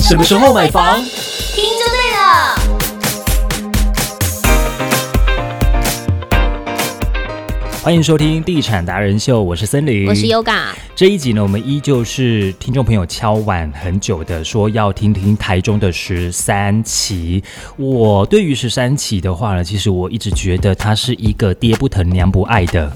什么时候买房？听就对了。 欢迎收听《地产达人秀》，我是森林，我是 Yoga，这一集呢，我们依旧是听众朋友敲碗很久的，说要听听台中的十三期。我对于十三期的话呢，其实我一直觉得它是一个爹不疼娘不爱的。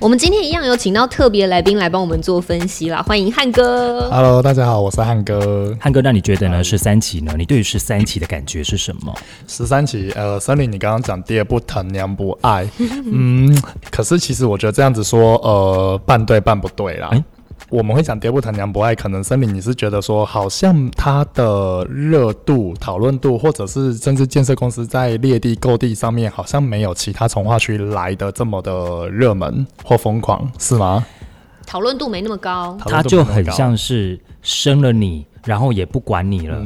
我们今天一样有请到特别来宾来帮我们做分析啦，欢迎汉哥。 Hello，大家好，我是汉哥。汉哥，那你觉得呢？十三期呢？你对于十三期的感觉是什么？十三期，呃，森林，你刚刚讲爹不疼娘不爱，嗯，可是其实我觉得这样子说，呃，半对半不对啦。哎我们会讲爹不疼娘不爱，可能森林你是觉得说，好像它的热度、讨论度，或者是甚至建设公司在猎地购地上面，好像没有其他从化区来的这么的热门或疯狂，是吗？讨论度没那么高，讨它论度就没那么很高像是生了你，然后也不管你了。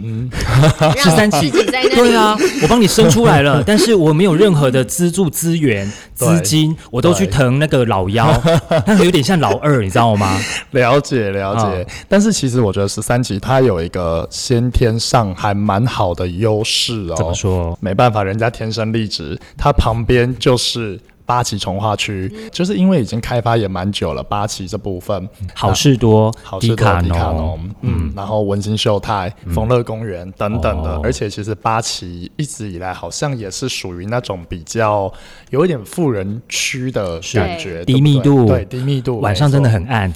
让三自期己在那里。对啊，我帮你生出来 了，但是我没有任何的资助资源、对资金，我都去对疼那个老 幺，那个有点像老二，你知道吗？了解了啊解，但是其实我觉得十三级它有一个先天上还蛮好的优势哦。怎么？说？没办法，人家天生丽质，它旁边就是。八旗从化区，就是因为已经开发也蛮久了，八旗这部分，好事多，好迪事多卡迪卡侬嗯侬，嗯，然后文心秀泰、丰乐公园等等的哦，而且其实八旗一直以来好像也是属于那种比较有一点富人区的感觉，低对不密对度对低密度，晚没上真的错很暗，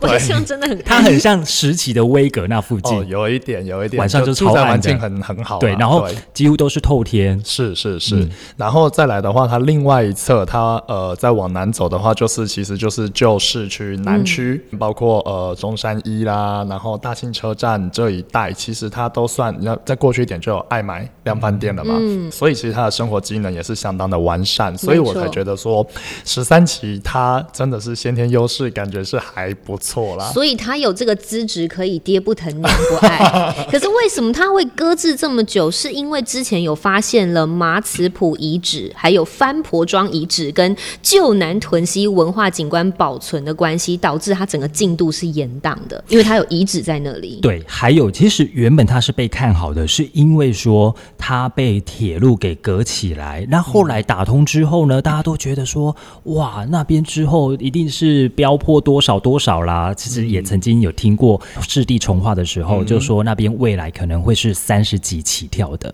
晚上真的很它很像石岐的威格那附哦，近，有一点，有一点，晚上就住超宅暗环的境很很好啊、对，然后嗯对几乎都是透天，是是是，然后再来的话，它另外一侧，它呃再往南走的话，就是其实就是旧市区南区，嗯包括呃中山一啦，然后大庆车站这一带，其实它都算，你要再过去一点就有爱买量贩店了嘛，嗯所以其实它的生活机能也是相当的完善，所以我才觉得说十三期它真的是先天优势，感觉是还不错啦。所以他有这个资质可以爹不疼娘不 爱。可是为什么他会搁置这么久？是因为之前有发现了马齿埔遗址、还有番婆庄遗址跟旧南屯溪文化景观保存的关系，导致它整个进度是延宕的，因为它有遗址在那里。对，还有其实原本它是被看好的，是因为说它被铁路给隔起来。那后来打通之后呢，大家都觉得说，哇，那边之后一定是飙破多少多少啦。其实也曾经有听过质地重化的时候，就说那边未来可能会是三十几起跳的。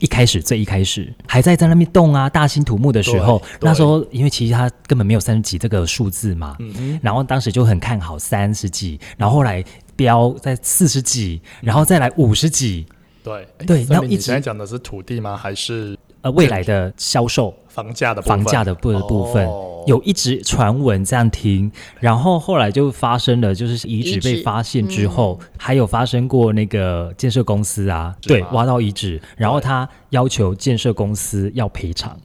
一开始最一开始还在在那边动啊，大兴土木的时候，对那时候因为其实它根本没有三十几这个数字嘛，嗯然后当时就很看好三十几，然后后来标在四十几，然后再来五十几，对对诶那森林一你现在直讲的是土地吗？还是呃，未来的销售房价的部分房价的部部分哦，有一直传闻这样听，然后后来就发生了，就是遗址遗址被发现之后，还有发生过那个建设公司啊，嗯是吗对，挖到遗址，然后他要求建设公司要赔偿，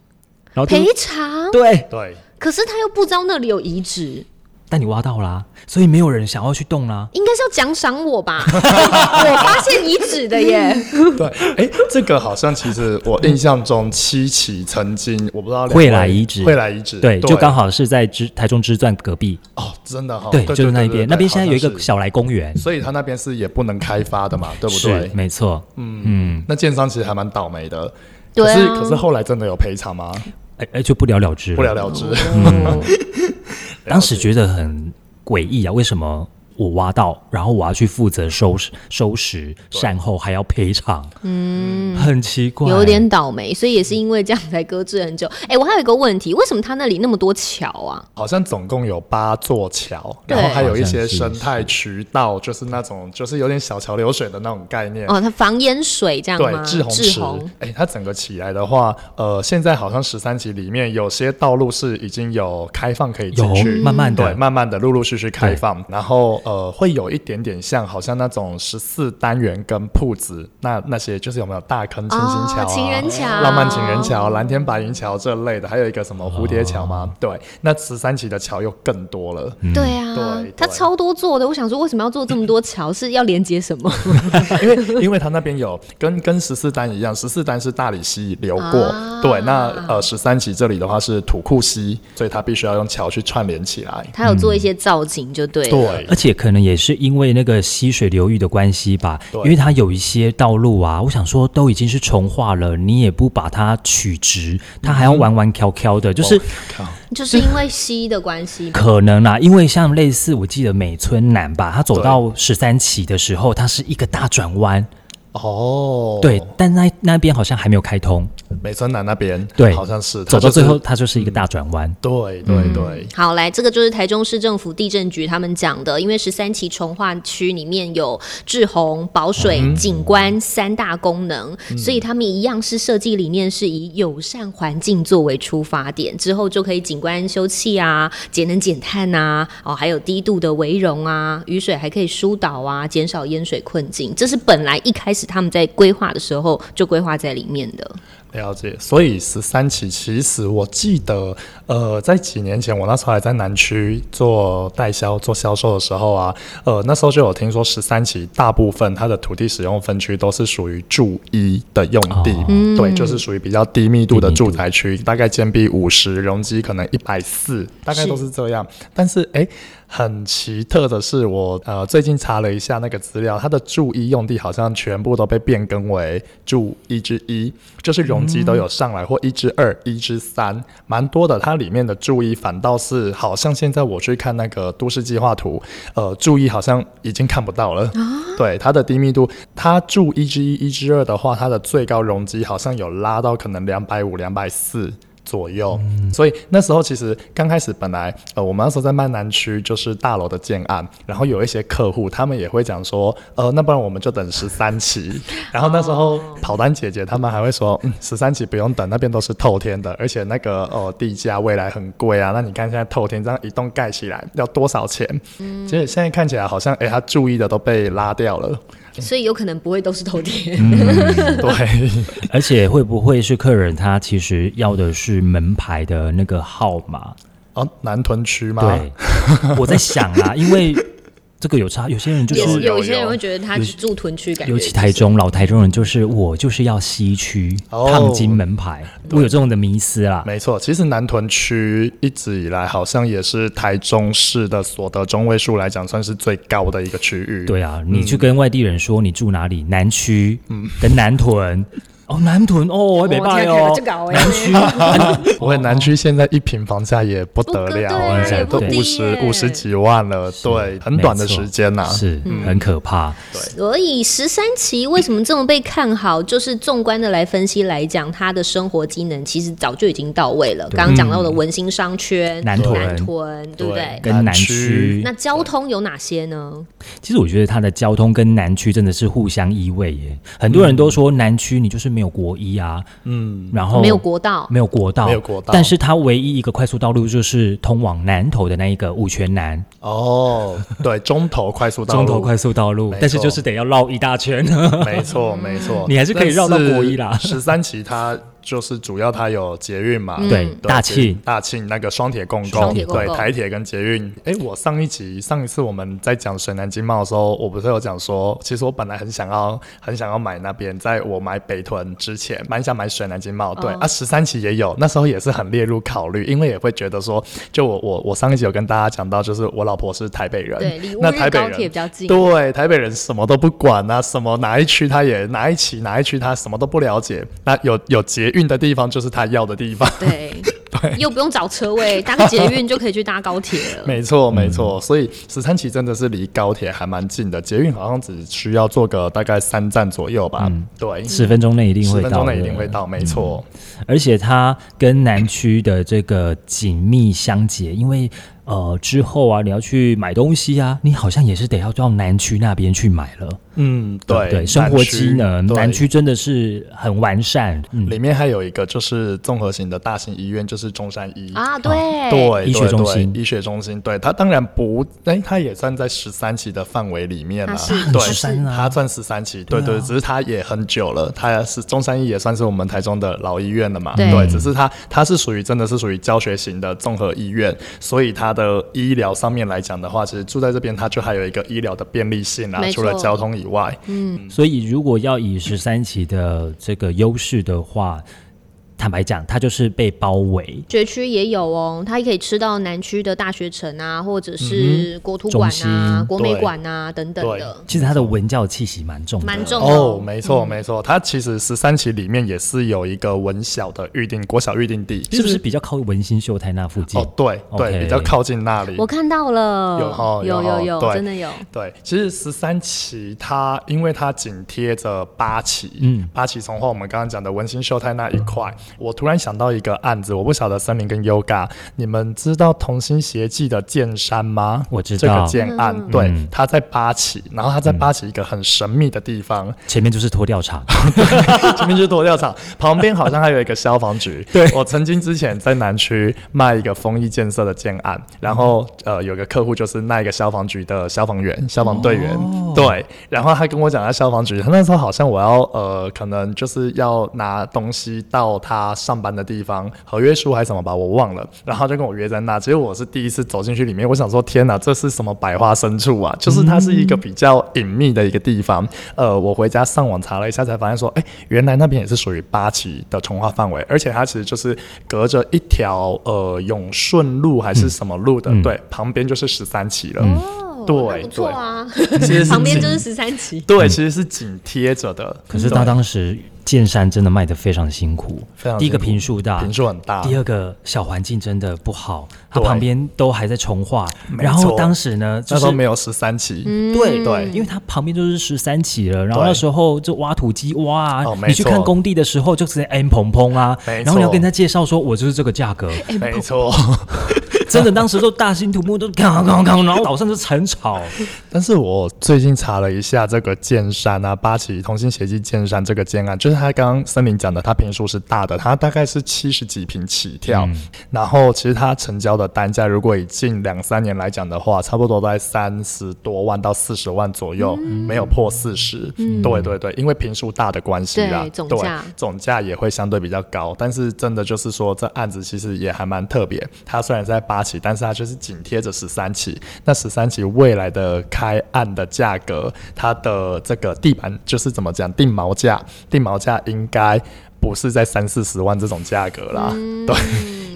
然后就赔偿，对，对。 可是他又不知道那里有遗址，但你挖到啦、所以没有人想要去动啦、应该是要奖赏我吧？ 我发现遗址的耶，对，哎、这个好像其实我印象中七期曾经，我不知道两位惠来遗址惠来遗址，对，就刚好好是在之台中之钻隔壁，哦，真的哈、哦，对，就是那一边，那边现在有一，好个像小来公园是，所以它那边是也不能开发的嘛，对不是对？没错，嗯嗯，那建商其实还蛮倒霉的，对啊可是可是后来真的有赔偿吗？哎哎，就不了了之，不了了之，嗯当时觉得很诡异啊，为什么我挖到，然后我要去负责收拾、收拾、善后，还要赔偿？嗯，很奇怪，有点倒霉，所以也是因为这样才搁置很久。哎、我还有一个问题，为什么他那里那么多桥啊？ 好像总共有八座桥，对然后还有一些好像是生态渠道，就是那种就是有点小桥流水的那种概念。哦，它防淹水这样对吗？，志宏池，哎、它整个起来的话，呃，现在好像十三期里面有些道路是已经有开放可以进有嗯去，慢慢对，的，慢慢的陆陆续续开放，然后呃，会有一点点像好像那种十四单元跟铺子那那些，就是有没有大坑清新桥、啊哦情人桥浪漫情人桥、啊蓝天白云桥这类的，还有一个什么蝴蝶桥吗？哦对，那十三期的桥又更多了。对啊嗯对，它对超多做的。我想说，为什么要做这么多桥？是要连接什 么？因为因为它那边有跟跟十四单一样，十四单是大理溪流过，啊对，那呃十三期这里的话是土库溪，所以它必须要用桥去串联起来。它有做一些造景就对了。对而且可能也是因为那个溪水流域的关系吧，对因为它有一些道路啊，我想说都已经是重化了，你也不把它取直，它还要弯弯翘翘嗯的，就是。靠就是因为西的关系吧。可能啦，啊因为像类似我记得美村南吧，他走到十三期的时候，它是一个大转弯，哦，对，，但那那边好像还没有开通，美村南那边，对好像是走到最，它后就是嗯它就是一个大转弯。对对对，好，来，这个就是台中市政府地震局他们讲的，因为十三期重化区里面有治洪、保水、景观三大功能，所以他们一样是设计理念是以友善环境作为出发点，之后就可以景观休憩啊、节能减碳啊，哦，还有低度的围容啊，雨水还可以疏导啊，减少淹水困境，这是本来一开始他们在规划的时候就规划在里面的。了解。所以十三期，其实我记得，呃，在几年前，我那时候还在南区做代销、做销售的时候啊，呃，那时候就有听说十三期大部分它的土地使用分区都是属于住一的用地，哦对，就是属于比较低密度的低密度住宅区，大概建蔽五十，容积可能一百四，大概是都是这样。但是，哎、很奇特的是我，呃最近查了一下那个资料，它的住一用地好像全部都被变更为住一之一，就是容积都有上来或一之二、一之三，蛮多的。它里面的住一反倒是好像现在我去看那个都市计划图，呃，住一好像已经看不到了。对它的低密度，它住一之一、一之二的话，它的最高容积好像有拉到可能两百五、两百四。左右，所以那时候其实刚开始本来呃，我们那时候在曼南区就是大楼的建案，然后有一些客户他们也会讲说，呃，那不然我们就等十三期， 然后那时候跑单姐姐他们还会说，嗯，十三期不用等，那边都是透天的，而且那个呃地价未来很贵啊，那你看现在透天这样一栋盖起来要多少钱？嗯其实现在看起来好像哎、他注意的都被拉掉了，所以有可能不会都是头贴，嗯 对。而且会不会是客人他其实要的是门牌的那个号码？哦，南屯区吗？对， 我在想啦，因为这个有差，有些人就也是是 有有些人有会觉得他是住屯区，感觉尤其台中老台中人，就是我就是要西区哦烫金门牌，我有这种的迷思啦。没错，其实南屯区一直以来好像也是台中市的所得中位数来讲，算是最高的一个区域。对啊，你去跟外地人说你住哪里，南区嗯跟南屯。哦，南屯哦，我北霸哦，南区 我们南区现在一平房价也不得不得了，对也不都低五十耶五十几万了，对，很短的时间啊嗯呐、是很可怕。所以十三期为什么这么被看好？就是纵观的来分析来讲，它的生活机能其实早就已经到位了。刚刚讲到的文心商圈、南屯屯对不对对？跟南南区区，那交通有哪些呢？其实我觉得它的交通跟南区真的是互相依偎耶。很多人都说南区你就是没有国一啊，嗯，然后没有国 道，没有国道，没有国道但是它唯一一个快速道路就是通往南头的那一个五泉南哦，对，中投快速道中路，头快速道路没，错但是就是得要绕一大圈。没错，没 错，你还是可以绕到国一啦十三期它就是主要它有捷运嘛，对大庆大庆那个双铁共嗯双构，铁共构对台铁跟捷运。哎，我上一集上一次我们在讲水南经贸的时候，我不是有讲说，其实我本来很想要很想要买那边，在我买北屯之前，蛮想买水南经贸。对、哦啊，十三期也有，那时候也是很列入考虑，因为也会觉得说，就我我我上一集有跟大家讲到，就是我老婆是台北人，对，离乌那日台北高人铁比较近。对，台北人什么都不管啊，什么哪一区他也哪一期哪一区他什么都不了解。那有有捷运的地方就是他要的地方，对，又不用找车位，搭个捷运就可以去搭高铁了。没嗯错没错。所以十三期真的是离高铁还蛮近的，捷运好像只需要坐个大概三站左右吧。对，十分钟嗯内一定十会分到钟的，内一定会到，没错。而且它跟南区的这个紧密相结，因为呃之后啊，你要去买东西啊，你好像也是得要到南区那边去买了，嗯，对不对，对？生活机能，对南区真的是很完善，嗯，里面还有一个就是综合型的大型医院，就是中山医啊，对，对，医学对中对心医学中心，对它当然不，哎、它也算在十三期的范围里面它了是，对， 13啊它算十三期，对对啊对，只是它也很久了，它是中山医也算是我们台中的老医院了嘛，对对，只是它它是属于真的是属于教学型的综合医院，所以它的医疗上面来讲的话，其实住在这边它就还有一个医疗的便利性啊没，除了错交通以嗯外，所以如果要以十三期的这个优势的话。坦白讲，它就是被包围。学区也有哦，它也可以吃到南区的大学城啊，或者是国图馆中啊心、国美馆啊等等的，其实它的文教气息蛮重的，蛮重的哦，没错没错，它其实十三期里面也是有一个文小的预定国小预定地，是不是比较靠文心秀太那附近？哦，对对， OK 比较靠近那里我。看到了，有哦有有哦有有，对真的有。对，其实十三期它因为它紧贴着八旗，嗯八旗从话我们刚刚讲的文心秀泰那一块，我突然想到一个案子，我不晓得森林跟 Yoga，你们知道同心协记的剑山吗？我知这个道建案，嗯对嗯，它在八旗，然后它在八旗一个很神秘的地方，前面就是脱掉 场，前面就是躲掉场，旁边好像还有一个消防局。对我曾经之前在南区卖一个丰益建设的建案，然后呃有个客户就是那一个消防局的消防员、消防队员，对，然后他跟我讲他消防局，他那时候好像我要呃可能就是要拿东西到他上班的地方，合约书还是什么吧，我忘了，然后他就跟我约在那，结果我是第一次走进去里面，我想说天哪，这是什么百花深处啊？就是它是一个比较隐秘的一个地方。呃，我回家上网查了一下，才发现说，哎、原来那边也是属于八旗的从化范围，而且它其实就是隔着一条呃永顺路还是什么路的，嗯对，旁边就是十三旗了。哦对那不错啊， 其实是旁边紧就是十三期。对，其实是紧贴着的。可是对到当时剑山真的卖得非常辛苦，非常辛苦第一个平数大，坪数很大第二个小环境真的不好，它对旁边都还在重化，没然后错当时呢，就那时是候没有十三旗，对嗯对因为它旁边就是十三期了，然后对那时候就挖土机挖啊哦，没你去看错工地的时候就直接 M 蓬蓬啊，没然后你要错跟他介绍说我就是这个价格，没错。真的当时都大兴土木都扛扛扛，然后岛上就晨草，但是我最近查了一下这个剑山啊，八旗同心协记剑山这个建案，就是他刚刚森林讲的，它平数是大的，它大概是七十几平起跳。嗯然后其实它成交的单价，如果以近两三年来讲的话，差不多在三十多万到四十万左右，嗯没有破四十、对对对，因为平数大的关系啦，对总对价总价也会相对比较高，但是真的就是说，这案子其实也还蛮特别。它虽然是在八期，但是它就是紧贴着十三期。那十三期未来的开案的价格，它的这个地板就是怎么讲定毛价，定毛价应该不是在三四十万这种价格啦。对，嗯，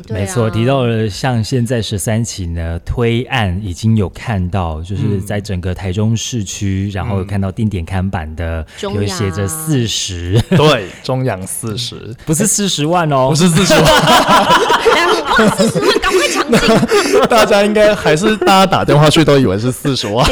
对啊没错，提到了像现在十三期呢，推案已经有看到，就是嗯在整个台中市区，然后有看到定点看板的，中有亚写着四 十，对，中阳四十。不是四十万哦，不是四十万，然后哇，啊四十万，赶快抢进！ 大家应该还是大家打电话去都以为是四十万，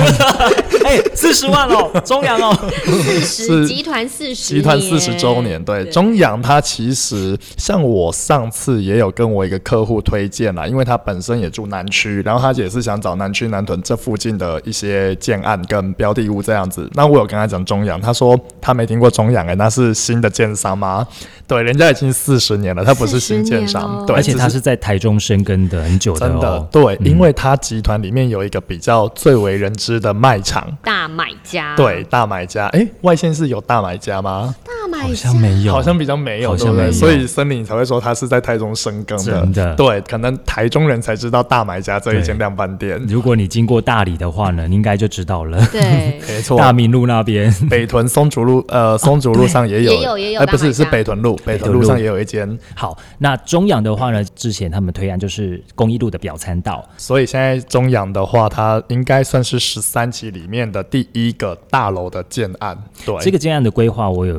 哎，四十万哦，中阳 哦，四是十集团四十，集团四十周年，对中阳，它其实像我上次也有跟我一个客户推荐啦，因为他本身也住南区，然后他也是想找南区南屯这附近的一些建案跟标的物这样子。那我有跟他讲中阳，他说他没听过中阳，哎，那是新的建商吗？ 对，人家已经四十年了，他不是新建40商，年哦对，而且只他是在台中深耕的很久的真的嗯哦，对，因为他集团里面有一个比较最为人知的卖场。大买家，对，，大买家，哎、外县市有大买家吗？大买家好像没有，好像比较没有，好像对不没有对？所以森林才会说它是在台中深耕的，真的对，可能台中人才知道大买家这一对间量贩店，如果你经过大理的话呢，你应该就知道了，对，没错。大明哦路那边。 北屯松竹路，呃，松竹路上也有，也有也有哎，大不买是，是家北屯路，北屯屯路路上也有一间，好，那中阳的话呢，之前他们推案就是公益路的表参道，所以现在中阳的话，它应该算是十三期里面的第一个大楼的建案，对，这个建案的规划，我有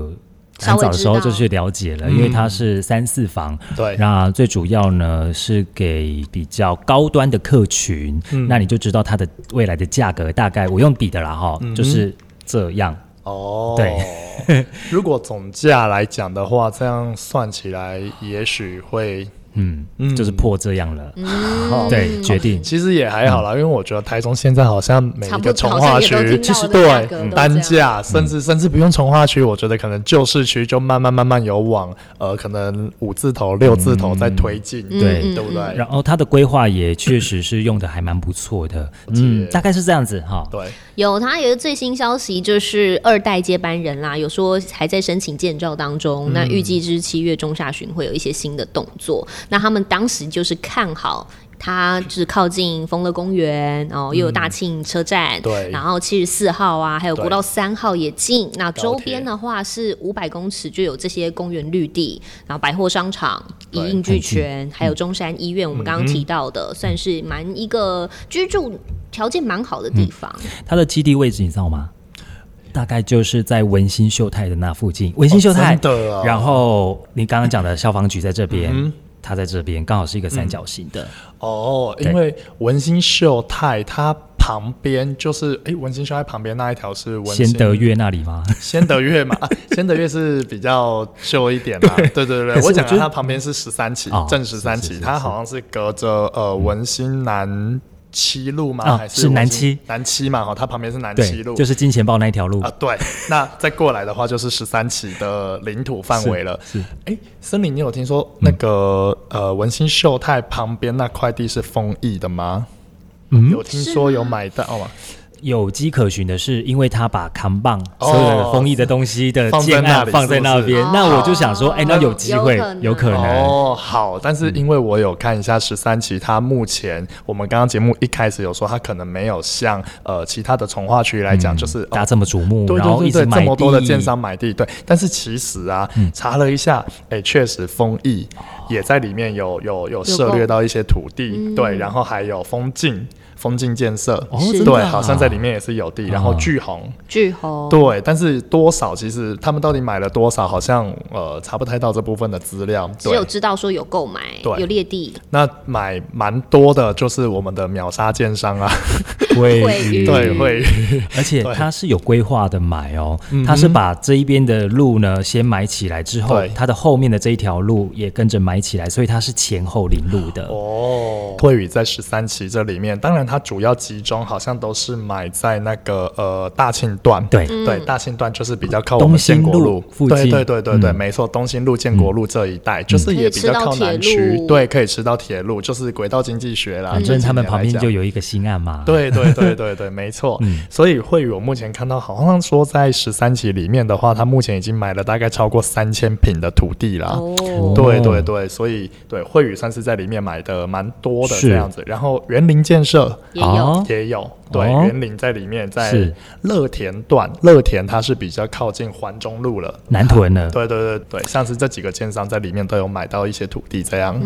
很早的时候就去了解了，微知道因为它是三四房。对那最主要呢是给比较高端的客群，那你就知道它的未来的价格大概，我用比的啦哈，就是这样。哦，对， 如果总价来讲的话，这样算起来也许会嗯，嗯就是破这样了，好对，决定其实也还好啦，因为我觉得台中现在好像每一个从化区差不多好像也都听到，其实那个价格对都单这价，甚至甚至不用从化区，我觉得可能旧市区就慢慢慢慢有往呃可能五字头、六字头在推进，对对不对然？后它的规划也确实是用的还蛮不错的，嗯，解大概是这样子哈。对，有，他有一个最新消息，就是二代接班人啦，有说还在申请建照当中，嗯那预计是七月中下旬会有一些新的动作。那他们当时就是看好。它就是靠近丰乐公园，哦，又有大庆车站，对然后七十四号啊，还有国对道三号也近。那周高铁边的话是五百公尺就有这些公园绿地，然后百货商场一对嗯应俱全，还有中山医院，我们刚刚提到的，算是蛮一个居住条件蛮好的地方。它的基地位置你知道吗？大概就是在文心秀泰的那附近，文心秀泰。哦真的啊嗯然后你刚刚讲的消防局在这边，它在这边，刚好是一个三角形的。哦，对因为文心秀泰它旁边就是，哎、文心秀泰旁边那一条是文先心德月那里吗？先得 月嘛，啊先得月是比较旧一点啦。对对对可是对，我我讲的觉得它旁边是十三期哦，正十三是是期，是它好像是隔着呃文心南七路啊吗？还是南文心七南七嘛？哦哈，它旁边是南七对路，，就是金钱豹那一条路。啊，对，那再过来的话就是十三期的领土范围了。是是哎，森林，你有听说那个、呃文心秀泰旁边那块地是丰益的吗？嗯有听说有买到吗？有迹可循的是，因为他把扛棒所有的封印的东西的哦放在建那案里放在那边，是不是那我就想说，哎、那有机会，有有可可能。哦，好，但是因为我有看一下十三期，它目前我们刚刚节目一开始有说，它可能没有像呃其他的从化区来讲，就是、嗯大哦家这么瞩目，对然后一对直对对，买嗯这地，么多的建商买地，对。但是其实啊，查了一下，哎，确实丰益哦也在里面有有有涉购略到一些土地，对，然后还有风境。风境建设，哦是真的对，啊好像在里面也是有地，然后啊巨红，巨红，对，但是多少其实他们到底买了多少，好像呃查不太到这部分的资料，只对有，知道说有购买，对有裂地，那买蛮多的，就是我们的秒杀建商啊，会会议议对，会而且对嗯它是有规划的买哦，它是把这一边的路呢先买起来之后对，它的后面的这一条路也跟着买起来，所以它是前后领路的。哦，惠宇在十三期这里面，当然它主要集中好像都是买在那个呃大庆段，对嗯对，大庆段就是比较靠我们东兴建国路附近对对对对对，嗯没错，东兴路、建国路这一带、就是也比较靠南嗯可以吃到区铁路，对，可以吃到铁路，就是轨道经济学啦，反这正几他们年旁来边讲就有一个新案嘛。对对对对对，没错。嗯所以惠宇，我目前看到好像说在十三期里面的话，他目前已经买了大概超过三千平的土地啦。哦，对对对，所以对惠宇算是在里面买的蛮多的是这样子。然后园林建设也有。哦也有，对哦园林在里面，在是乐田段，乐田它是比较靠近环中路了。南屯呢，对对对对，像是这几个建商在里面都有买到一些土地这样。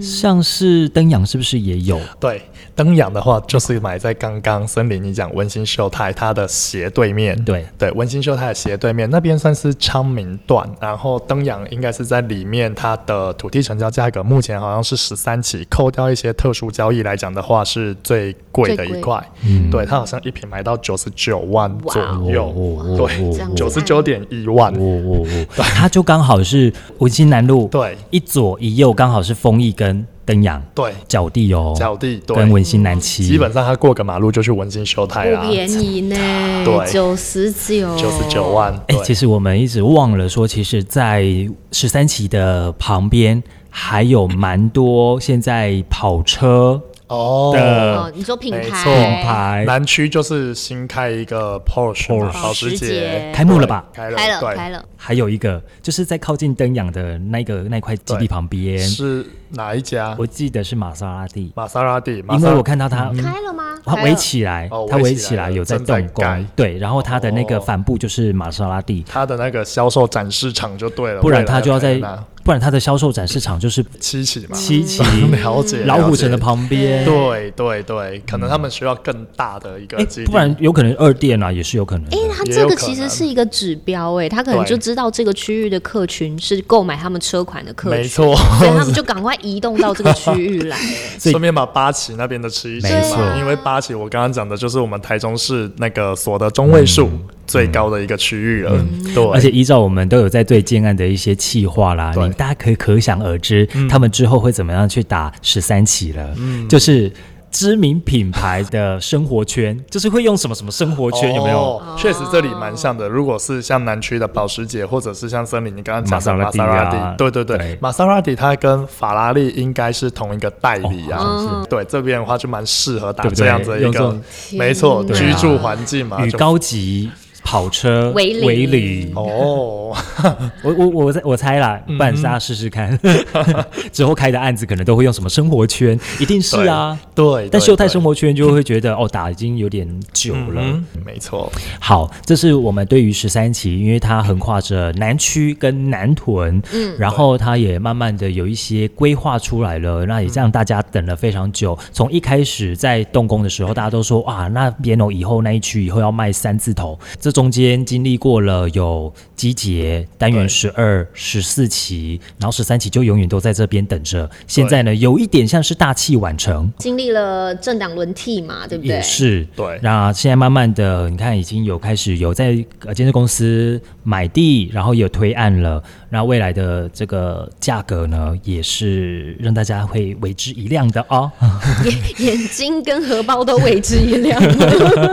像是登阳是不是也有？对，登阳的话就是买在刚刚森林，你讲温馨秀泰它的斜对面。对对，温馨秀泰的斜对面那边算是昌明段，然后登阳应该是在里面，它的土地成交价格目前好像是十三起，扣掉一些特殊交易来讲的话，是最贵的最贵一块。对，它好像一平买到九十九万哇左右，嗯哦哦这样子对，九十九点一万。哦哦哦，它就刚好是文心南路，对一左一右刚好是丰益跟登阳对，角地哦，角地对，跟文心南七，基本上他过个马路就去文心秀泰啦啊不，便宜呢，对九十九，九十九万。哎、对。其实我们一直忘了说，其实，在十三期的旁边还有蛮多现在跑车哦的哦，你说品没牌，错品牌，南区就是新开一个 Porsche 嘛 Porsche 保时保时捷捷，开幕了吧对开了，开了对开。了，还有一个就是在靠近登阳的那个那块基地对旁边，是哪一家？我记得是玛莎拉蒂，玛莎拉蒂，玛因莎为我看到它。开了吗？它嗯啊开围了起来哦，它围围起起来来了有在正在动工盖，对，然后它的那个哦帆布就是玛莎拉蒂，它的那个销售展示场就对了，不然未来它就要在开那，不然它的销售展市场就是七期嘛，七期 了解老虎城的。了解旁边，对对对，可能他们需要更大的一个哎基地，不然有可能二店啊，也是有可能的。哎，它也这有个可其实能是一个指标，哎，他可能对就知道这个区域的客群是购买他们车款的客群，没错所以他们就赶快移动到这个区域来。哎所以顺便把八旗那边的吃一吃没错嘛，因为八旗我刚刚讲的就是我们台中市那个所得中位数嗯最高的一个区域了，对，而且依照我们都有在对建案的一些企划啦，对你大家可以可想而知，他们之后会怎么样去打十三期了，就是。知名品牌的生活圈， 就是会用什么什么生活圈，有没有？哦？确实这里蛮像的。如果是像南区的保时捷，或者是像森林，你刚刚讲的玛玛莎莎拉拉蒂啊蒂，对对对对，玛莎拉蒂它跟法拉利应该是同一个代理啊。哦好像对这边的话就蛮适合打对不对这样子用一这种个，没错，天哪居住环境嘛，与就高级跑车围里围里。哦，我我我在我猜啦，不然大家试试看。 之后开的案子可能都会用什么生活圈，一定是啊。对对对但秀泰生活圈就会觉 得哦，打已经有点久了。嗯，没错，好，这是我们对于十三期，因为它横跨着南区跟南屯，嗯，然后它也慢慢的有一些规划出来了，那也让大家等了非常久。从一开始在动工的时候，大家都说哇，那边哦以后那一区以后要卖三字头，这中间经历过了有集结单元对十二、十四期，然后十三期就永远都在这边等着。现在呢，有一点像是大器晚成，经历了政党轮替嘛，对不对也？是，对那现在慢慢的，你看已经有开始有在呃建设公司买地，然后也有推案了。那未来的这个价格呢，也是让大家会为之一亮的哦。眼眼睛跟荷包都为之一 亮。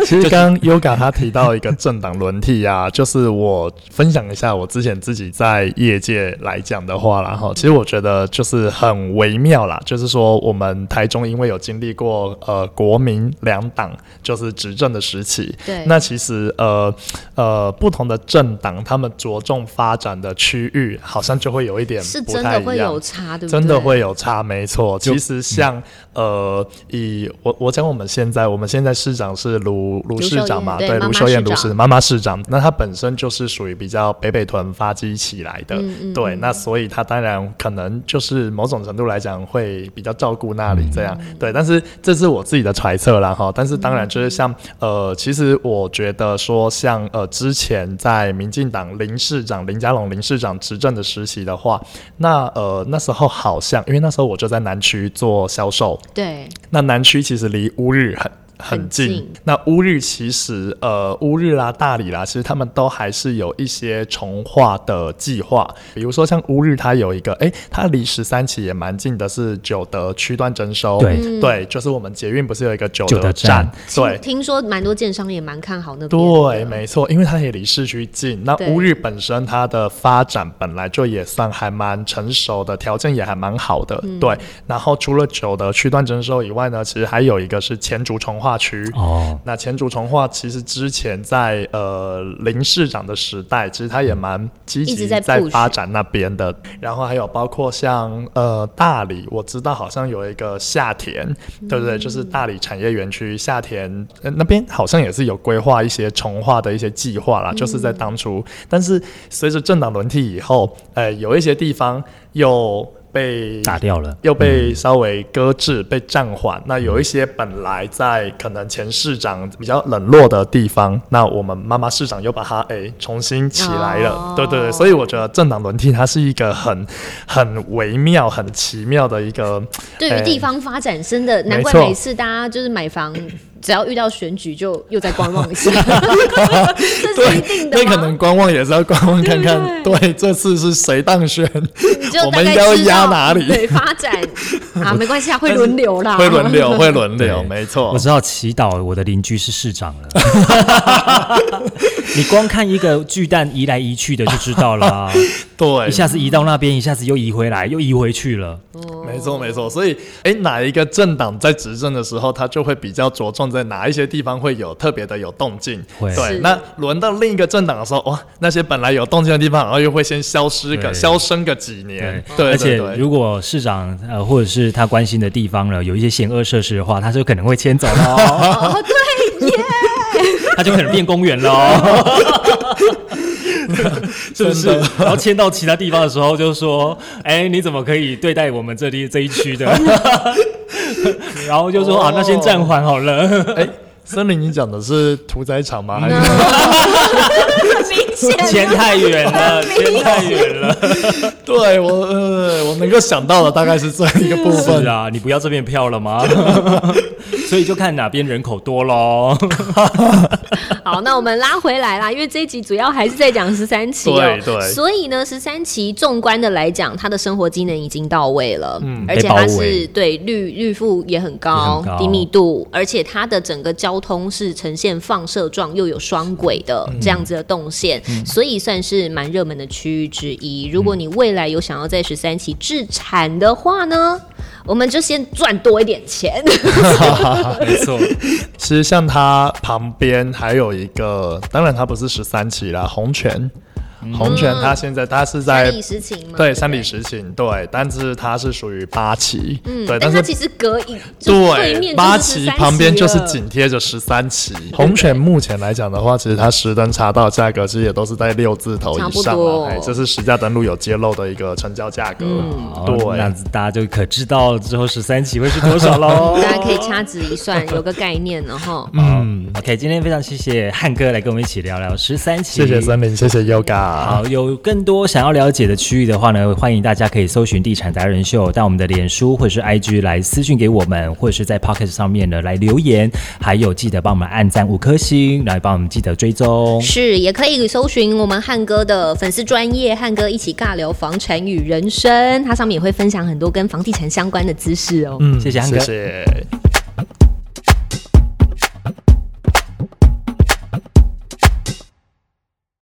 其实刚刚 Yoga 他提到一个政党轮替啊， 就是我分享一下我之前自己在业界来讲的话啦哈，其实我觉得就是很微妙啦，就是说我们台中因为有经历过呃国民两党就是执政的时期，对那其实呃呃不同的政党他们着重发展的区域好像就会有一点是不真太的一会样有。差，对不嗯对？真的会有差，没错。其实像、呃，以我我讲我们现在，我们现在市长是卢卢市长嘛，卢秀燕对妈妈卢秀燕市长卢市妈妈市长，那她本身就是属于比较北北屯发迹起来的，嗯嗯对，那所以她当然可能就是某种程度来讲会比较照顾那里这样，嗯对。但是这是我自己的揣测啦哈，但是当然就是像、呃，其实我觉得说像呃之前在民进党林市长林佳龙林市长执政的时期的话，那呃那时候好像因为那时候我就在南区做销售，对，那南区其实离乌日很。很很近，近那乌日其实呃，乌日啦、大理啦，其实他们都还是有一些重化的计划。比如说像乌日，它有一个，哎、它离十三期也蛮近的，是九德区段征收。对对，就是我们捷运不是有一个九九德德站对，听听说蛮多建商也蛮看好那边的。对，没错，因为它也离市区近。那对乌日本身它的发展本来就也算还蛮成熟的，条件也还蛮好的。嗯对，然后除了九的区段征收以外呢，其实还有一个是前竹重化区。哦，那前竹重化其实之前在呃林市长的时代，其实他也蛮积一直极在在 push 发展那边的。然后还有包括像呃大理，我知道好像有一个夏田，对嗯不对？就是大理产业园区夏田、呃那边好像也是有规划一些重化的一些计划嗯啦，就是在当初。但是随着政党轮替以后，呃，有一些地方又被炸掉了。又被稍微搁置、被暂缓。那有一些本来在可能前市长比较冷落的地方，那我们妈妈市长又把它诶、重新起来了。哦对对对，所以我觉得政党轮替它是一个很很微妙、很奇妙的一个对于哎地方发展真的，难怪没错每次大家就是买 房，只要遇到选举就又在观望一下， 这是一定的那可吗能？观望也是要观望看看，对对这次是谁当选，你就我大们应概该会知压道哪里对发 展啊，没关系啊，会轮流啦，会轮流，会轮流，对没错我。知道祈祷我的邻居是市长了。你光看一个巨蛋移来移去的就知道了啊，对一，下子移到那边，一下子又移回来，又移回去了。没错没错，所以诶，哪一个政党在执政的时候，他就会比较着重在哪一些地方会有特别的有动静。会对是，那轮到另一个政党的时候，哇，那些本来有动静的地方，然后又会先消失对个、消声个几嗯年。对，而对且对如果市长呃或者是他关心的地方呢，有一些险恶设施的话，他就可能会迁走了哦，哦，对，他就可能变公园了哦， 是不是？然后迁到其他地方的时候，就说：“哎，你怎么可以对待我们这里这一区的？” 然后就说：“啊，那先暂缓好了。哦哎、森林，你讲的是屠宰场吗？还是很 明迁显啊，太远 了，很明显迁太远 了。对我呃，我能够想到的大概是这一个部是分。啊，你不要这边票了吗？ 所以就看哪边人口多 喽。好，那我们拉回来啦，因为这一集主要还是在讲十三期哦、对对所以呢，十三期纵观的来讲，他的生活机能已经到位了，嗯而且被包它是围对绿绿富也很高，也很高低密度，而且它的整个交通是呈现放射状又有双轨的嗯这样子的动线，所以算是蛮热门嗯的区域之一。如果你未来有想要在十三期置产的话呢？我们就先赚多一点钱。没错，其实像它旁边还有一个，当然它不是十三期啦，红泉，红泉它现在它是在山里实情嘛，对不山里实情，对，但是它是属于八期，嗯，对，但但是它其实隔一就是对对面八就是期13旁边就是了紧贴着十三期。红犬目前来讲的话，其实它实登查到价格其实也都是在六字头以差上不多了，哎，这是实价登录有揭露的一个成交价格，嗯好那对。大家就可知道之后十三期会是多少喽。 大家可以掐指一算，有个概念了哈。嗯，OK，今天非常谢谢汉哥来跟我们一起聊聊十三期。谢谢森林，谢谢 Yoga。好，有更多想要了解的区域的话呢，欢迎大家可以搜寻“地产达人秀”，到我们的脸书或者是 IG 来私讯给我们，或者是在 Pocket 上面呢来留言，还有记得帮我们按赞五颗星，来帮我们记得追踪。是，也可以搜寻我们汉哥的粉丝专业，汉哥一起尬聊房产与人生，他上面也会分享很多跟房地产相关的知识哦。嗯，谢谢汉哥。谢谢。